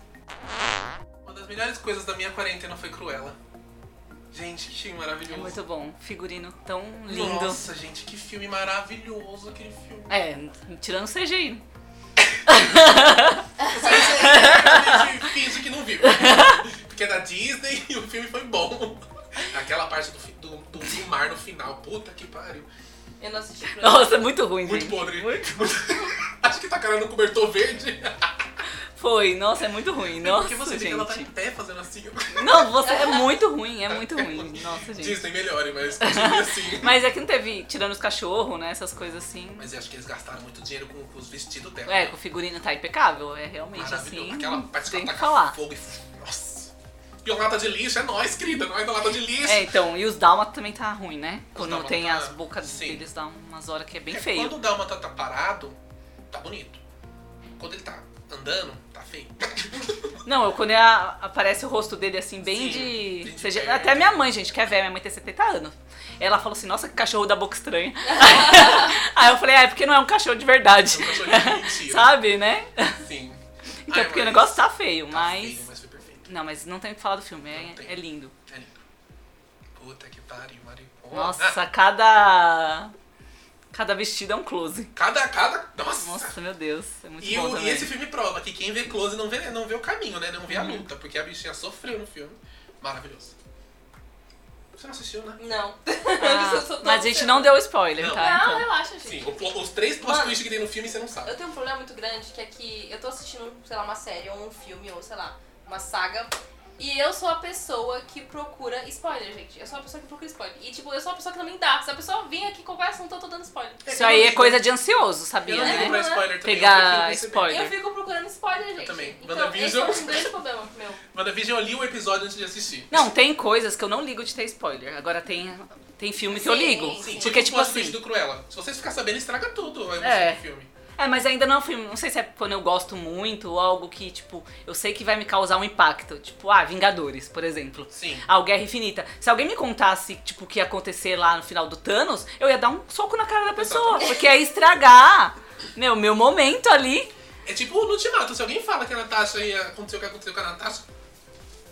Uma das melhores coisas da minha quarentena foi Cruella. Gente, que filme maravilhoso.
É muito bom. Figurino tão É lindo.
Nossa, gente, que filme maravilhoso aquele filme.
É, tirando CGI.
Eu só realmente finge que não viu. Porque é da Disney e o filme foi bom. Aquela parte do, fi- do, do, do mar no final, puta que pariu.
Eu não assisti pra
Nossa, é muito ruim,
Muito
gente.
podre. Acho que tá cara no cobertor verde.
Foi, nossa, é muito ruim. Nossa,
Porque você vê que
gente.
ela tá em pé fazendo assim.
Não, você é muito ruim, é muito ruim. Nossa, gente.
Disney melhore, mas continue assim.
Mas é que não teve tirando os cachorros, né? Essas coisas assim.
Mas eu acho que eles gastaram muito dinheiro com, com os vestidos dela.
É, que o figurino tá impecável, é realmente
Maravilhoso.
assim.
Aquela parte que
tem
ela tá
que
taca
falar.
fogo e. Nossa! E uma lata de lixo, é nóis, querida, nós da lata de lixo.
É, então, e os Dálmata também tá ruim, né? Quando
dálmata
tem
tá-
as bocas
sim.
deles, dá umas horas que é bem
Porque
feio.
Quando o Dálmata tá parado, tá bonito. Quando ele tá andando, tá feio.
Não, eu, quando é a- aparece o rosto dele assim, bem
Sim,
de.
bem de
seja-
velho.
até minha mãe, gente, que é velha, minha mãe tem 70 anos. Ela falou assim: nossa, que cachorro da boca estranha. Aí eu falei: ah, é porque não é um cachorro de verdade.
É um cachorrinho de mentira.
Sabe, né?
Sim.
Então,
Ai,
porque o
mas-
negócio tá feio,
tá
mas.
feio, mas foi perfeito.
Não, mas não tem o que falar do filme,
Não
é,
tem.
é lindo.
É lindo. Puta que pariu, maricona.
Nossa,
Ah.
cada. Cada vestido é um close.
Ah, Cada, cada. Nossa!
Nossa, meu Deus, é muito
E,
bom
o- e
também.
esse filme prova que quem vê close não vê, não vê o caminho, né? Não vê a
Uhum.
luta, porque a bichinha sofreu no filme. Maravilhoso. Você não assistiu, né?
Não.
Ah,
Eu sou tão
mas a gente
obcecada.
não deu spoiler,
Não.
tá?
Não,
Então.
relaxa, gente.
Sim, o plo- os três plot
Mano.
twists que tem no filme você não sabe.
Eu tenho um problema muito grande que é que eu tô assistindo, sei lá, uma série ou um filme ou sei lá, uma saga. E eu sou a pessoa que procura spoiler, gente. Eu sou a pessoa que procura spoiler. E tipo, eu sou a pessoa que também dá. Se a pessoa vir aqui com qualquer assunto, eu tô dando spoiler.
Isso aí é
um
ligo-
coisa de ansioso,
Eu
sabia,
não ligo pra
né?
spoiler também.
Pegar
eu prefiro receber.
spoiler.
Eu fico procurando spoiler, gente.
também.
Então, esse é
WandaVision.
um grande problema meu.
WandaVision eu li o episódio antes de assistir.
Não, tem coisas que eu não ligo de ter spoiler. Agora tem, tem filme que eu
Sim,
ligo.
sim.
Porque, tipo
o plot twist
assim.
do Cruella. Se vocês ficarem sabendo, estraga tudo a emoção
É.
do filme.
É, mas ainda não é um filme. Não sei se é quando eu gosto muito ou algo que, tipo, eu sei que vai me causar um impacto. Tipo, ah, Vingadores, por exemplo.
Sim.
Ah, o Guerra Infinita. Se alguém me contasse, tipo, o que ia acontecer lá no final do Thanos, eu ia dar um soco na cara da pessoa. Porque ia estragar, meu, meu momento ali.
É tipo no Ultimato, se alguém fala que a Natasha ia acontecer o que aconteceu com a Natasha,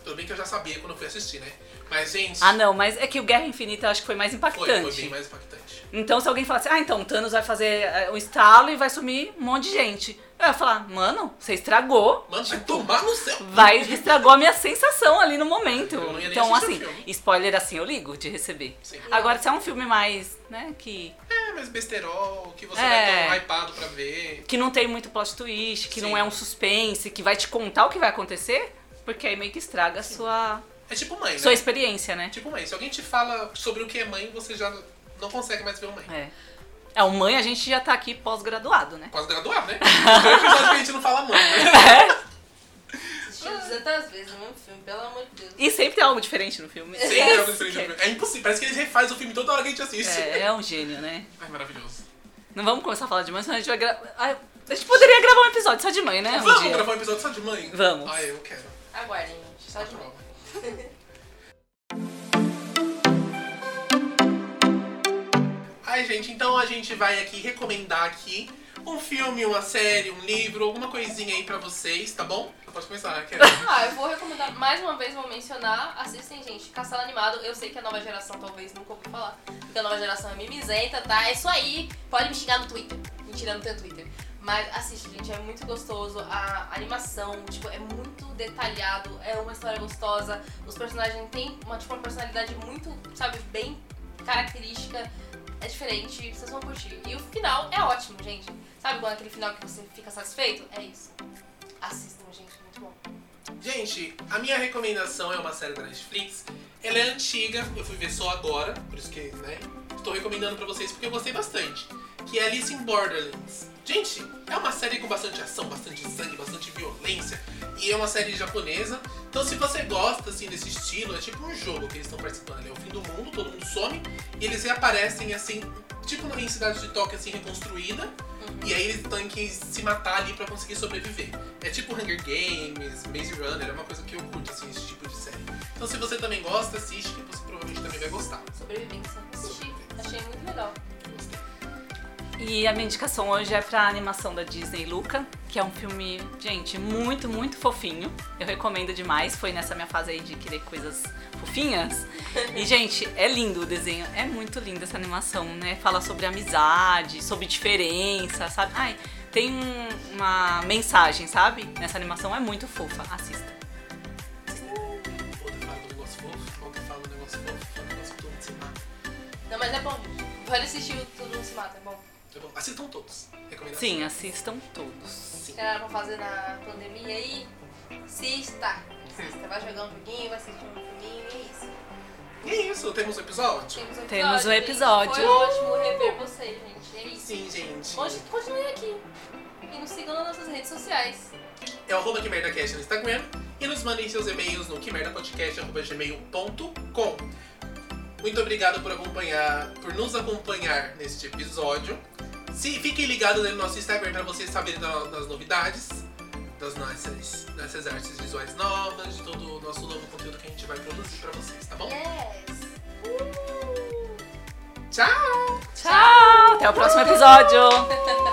Tudo bem que eu já sabia quando eu fui assistir, né? Mas, gente,
Ah, não, mas é que o Guerra Infinita eu acho que foi mais
foi,
impactante.
foi bem mais impactante.
Então, se alguém falasse, ah, então o Thanos vai fazer é, um estalo e vai sumir um monte de gente. Eu ia falar, mano, você estragou.
Mano, vai tomar no céu!
Vai, estragou a minha sensação ali no momento.
Eu não ia nem
Então,
assistir
assim,
o filme.
spoiler assim, eu ligo de receber.
Sim.
Agora, se é um filme mais, né, que,
É, mas besterol, que você
É.
vai tão hypado pra ver.
que não tem muito plot twist, que
Sim.
não é um suspense, que vai te contar o que vai acontecer, porque aí meio que estraga a sua,
É tipo mãe, né?
sua experiência, né?
Tipo mãe, se alguém te fala sobre o que é mãe, você já não consegue mais ver o mãe.
É. É, o mãe a gente já tá aqui pós-graduado, né?
Quase graduado, né? Então, episódio que a gente não fala mãe, né?
É,
Assisti 200 vezes o mesmo filme, pelo amor de Deus.
E sempre tem algo diferente no filme.
Sempre é algo diferente do filme. É impossível, parece que eles refazem o filme toda hora que a gente assiste.
É, é um gênio, né?
Ai, maravilhoso.
Não vamos começar a falar de mãe, senão a gente vai gravar. A gente poderia gravar um episódio só de mãe, né? Um
Vamos
dia.
gravar um episódio só de mãe?
Vamos.
Ai, eu quero. Tá
Aguardem, gente. Só de novo.
Prova. Ai, gente, então a gente vai aqui recomendar aqui um filme, uma série, um livro, alguma coisinha aí pra vocês, tá bom? Pode começar, né? Quero.
Ah, eu vou recomendar, mais uma vez vou mencionar, assistem, gente, Castelo Animado. Eu sei que a nova geração talvez nunca ouviu falar, porque a nova geração é mimizenta, tá? É isso aí, pode me xingar no Twitter. Mentira, não tenho Twitter. Mas assiste, gente, é muito gostoso. A animação, tipo, é muito detalhado, é uma história gostosa. Os personagens têm uma, tipo, uma personalidade muito, sabe, bem característica. É diferente, vocês vão curtir. E o final é ótimo, gente. Sabe quando é aquele final que você fica satisfeito? É isso. Assistam, gente, é muito bom.
Gente, a minha recomendação é uma série da Netflix. Ela é antiga, eu fui ver só agora, por isso que, né? Estou recomendando pra vocês porque eu gostei bastante. Que é Alice in Borderlands. Gente, é uma série com bastante ação, bastante sangue, bastante violência. E é uma série japonesa. Então se você gosta, assim, desse estilo, é tipo um jogo que eles estão participando. né? É o fim do mundo, todo mundo some. E eles reaparecem, assim, tipo em cidade de Tóquio, assim, reconstruída. E aí eles têm que se matar ali pra conseguir sobreviver. É tipo Hunger Games, Maze Runner, é uma coisa que eu curto, assim, esse tipo de série. Então se você também gosta, assiste, que você provavelmente também vai gostar.
Sobrevivência. Assisti, achei muito legal.
E a minha indicação hoje é pra animação da Disney Luca, que é um filme, gente, muito, muito fofinho. Eu recomendo demais. Foi nessa minha fase aí de querer coisas fofinhas. E, gente, é lindo o desenho. É muito linda essa animação, né? Fala sobre amizade, sobre diferença, sabe? Ai, tem um- uma mensagem, sabe? Nessa animação é muito fofa. Assista.
Outra fala do negócio fofo, outra fala do negócio fofo, fala do negócio todo mundo se mata.
Não, mas é bom, gente. Pode assistir o Todo Mundo Se Mata, é bom.
Tá bom? Assistam todos. Recomendação.
Sim, assistam todos.
Sim.
Será pra fazer na pandemia aí? Assista. Assista. Vai jogar um joguinho, vai assistir um filminho, é isso.
E é isso, temos um episódio?
Temos um episódio.
Temos um
gente.
episódio.
Foi ótimo rever vocês, gente. É isso.
Sim, gente.
Hoje continue aqui. E nos sigam nas nossas redes sociais.
É o arroba que merda Cast no Instagram. E nos mandem seus e-mails no quemerdapodcast.gmail.com Muito obrigado por acompanhar, por nos acompanhar neste episódio. Se, fiquem ligados aí no nosso Instagram para vocês saberem da- das novidades, das nossas, nossas artes visuais novas, de todo o nosso novo conteúdo que a gente vai produzir para vocês, tá bom?
Yes!
Tchau!
Tchau! Até o próximo episódio!
Uh!